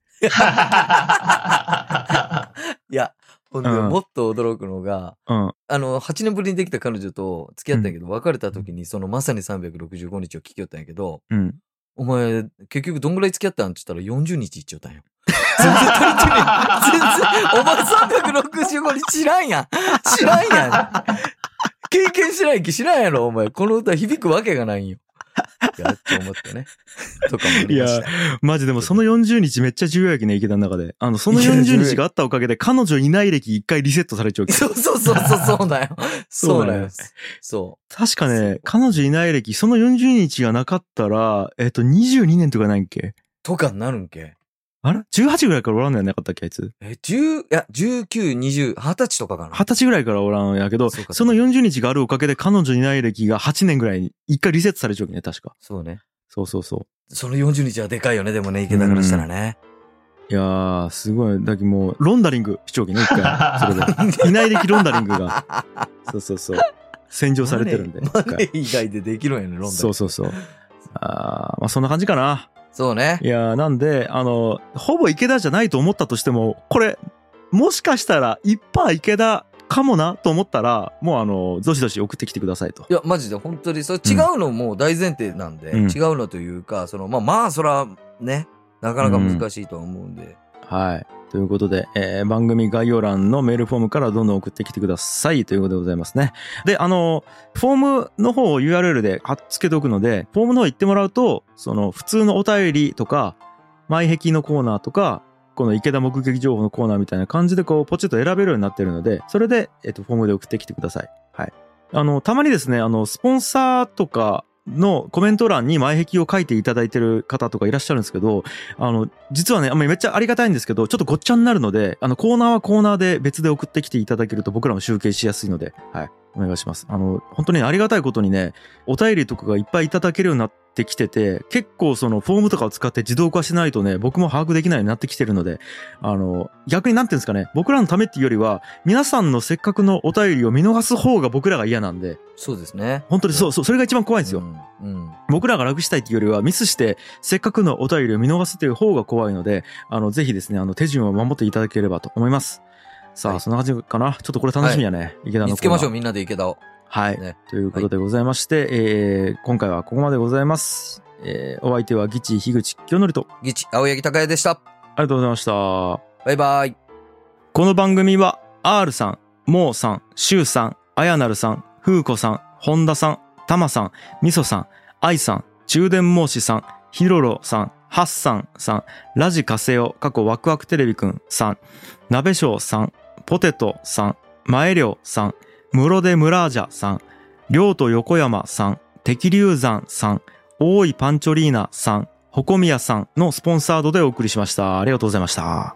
Speaker 2: いや、ほんで、
Speaker 1: うん
Speaker 2: もっと驚くのが、
Speaker 1: うん。
Speaker 2: あの、8年ぶりにできた彼女と付き合ったんやけど、別れた時に、そのまさに365日を聞きよったんやけど、
Speaker 1: うん。
Speaker 2: お前、結局どんぐらい付き合ったんって言ったら40日いっちゃったんよ。全然足りてねえ。全然、お前365日知らんやん。知らんやん。経験しない気知らんやろ、お前。この歌響くわけがないんよ。やっと思ってね。とかもありました。
Speaker 1: マジでもその40日めっちゃ重要やきね、池田の中で。あの、その
Speaker 2: いや重要
Speaker 1: 40日があったおかげで、彼女いない歴一回リセットされちゃうけど。
Speaker 2: そうそうそうそう、そうだよ。そ
Speaker 1: そ
Speaker 2: うだよ
Speaker 1: うだよ。
Speaker 2: そ
Speaker 1: 確か
Speaker 2: そう
Speaker 1: ね、彼女いない歴、その40日がなかったら、えっ、と、22年とかないんけ
Speaker 2: う。とかになるんけ。
Speaker 1: あれ ?18 ぐらいからおらんのやなかったっけ、あいつ。
Speaker 2: え、10、いや、19、20、20歳とかかな。
Speaker 1: 20歳ぐらいからおらんやけど、
Speaker 2: そうか
Speaker 1: その40日があるおかげで彼女いない歴が8年ぐらいに一回リセットされちゃうきね、確か。
Speaker 2: そうね。
Speaker 1: そうそうそう。
Speaker 2: その40日はでかいよね、でもね、池田からしたらね。
Speaker 1: いやー、すごい。だけどもう、ロンダリング、視聴器ね、一回。それ で。いない歴ロンダリングが。そうそうそう。洗浄されてるんで。
Speaker 2: マネーマネー以外でできるんやね、 ロンドン。
Speaker 1: そうそうそう。あーまあそんな感じかな。
Speaker 2: そうね
Speaker 1: い。やー、なんで、あの、ほぼ池田じゃないと思ったとしても、これ、もしかしたら、一パー池田かもなと思ったら、もうあの、どしどし送ってきてくださいと。
Speaker 2: いや、マジで、本当に、それ
Speaker 1: うん
Speaker 2: 違うのも大前提なんで、
Speaker 1: うん
Speaker 2: 違うのというか、その、まあまあ、そら、ね、なかなか難しいとは思うんで、
Speaker 1: はい。ということで、えー番組概要欄のメールフォームからどんどん送ってきてくださいということでございますね。で、あの、フォームの方を URL で貼っつけておくので、フォームの方行ってもらうと、その、普通のお便りとか、前壁のコーナーとか、この池田目撃情報のコーナーみたいな感じでこうポチッと選べるようになってるので、それで、えっと、フォームで送ってきてください。はい。あの、たまにですね、あの、スポンサーとかのコメント欄に前壁を書いていただいてる方とかいらっしゃるんですけど、あの、実はね、あんまりめっちゃありがたいんですけど、ちょっとごっちゃになるので、あの、コーナーはコーナーで別で送ってきていただけると僕らも集計しやすいので、はい。お願いします。あの、本当にありがたいことにね、お便りとかがいっぱいいただけるようになってきてて、結構そのフォームとかを使って自動化しないとね、僕も把握できないようになってきてるので、あの、逆になんていうんですかね、僕らのためっていうよりは、皆さんのせっかくのお便りを見逃す方が僕らが嫌なんで、
Speaker 2: そうですね。
Speaker 1: 本当にそう、そう、それが一番怖いんですよ。
Speaker 2: うん。うん。
Speaker 1: 僕らが楽したいっていうよりはミスしてせっかくのお便りを見逃すという方が怖いのであのぜひですねあの手順を守っていただければと思いますさあ、
Speaker 2: はい
Speaker 1: そんな感じかなちょっとこれ楽しみやね、池田のコーナー
Speaker 2: 見つけましょう、みんなで池田を。
Speaker 1: はい、
Speaker 2: ね
Speaker 1: ということでございまして、えー今回はここまでございます、えーお相手はギチ樋口清則と
Speaker 2: ギチ、青柳高也でした。
Speaker 1: ありがとうございましたこ
Speaker 2: バイバイ。
Speaker 1: の番組は R さんモーさんシュウさんあやなるさん風子さん本田さんたまさんみそさん、愛さん、中電申しさん、ひろろさん、はっさんさん、ラジカセオ、過去ワクワクテレビくんさん、鍋しょうさん、ポテトさん、前涼さん、室でムラージャさん、亮と横山さん、敵龍山さん、大井パンチョリーナさん、ほこみやさんのスポンサードでお送りしました。ありがとうございました。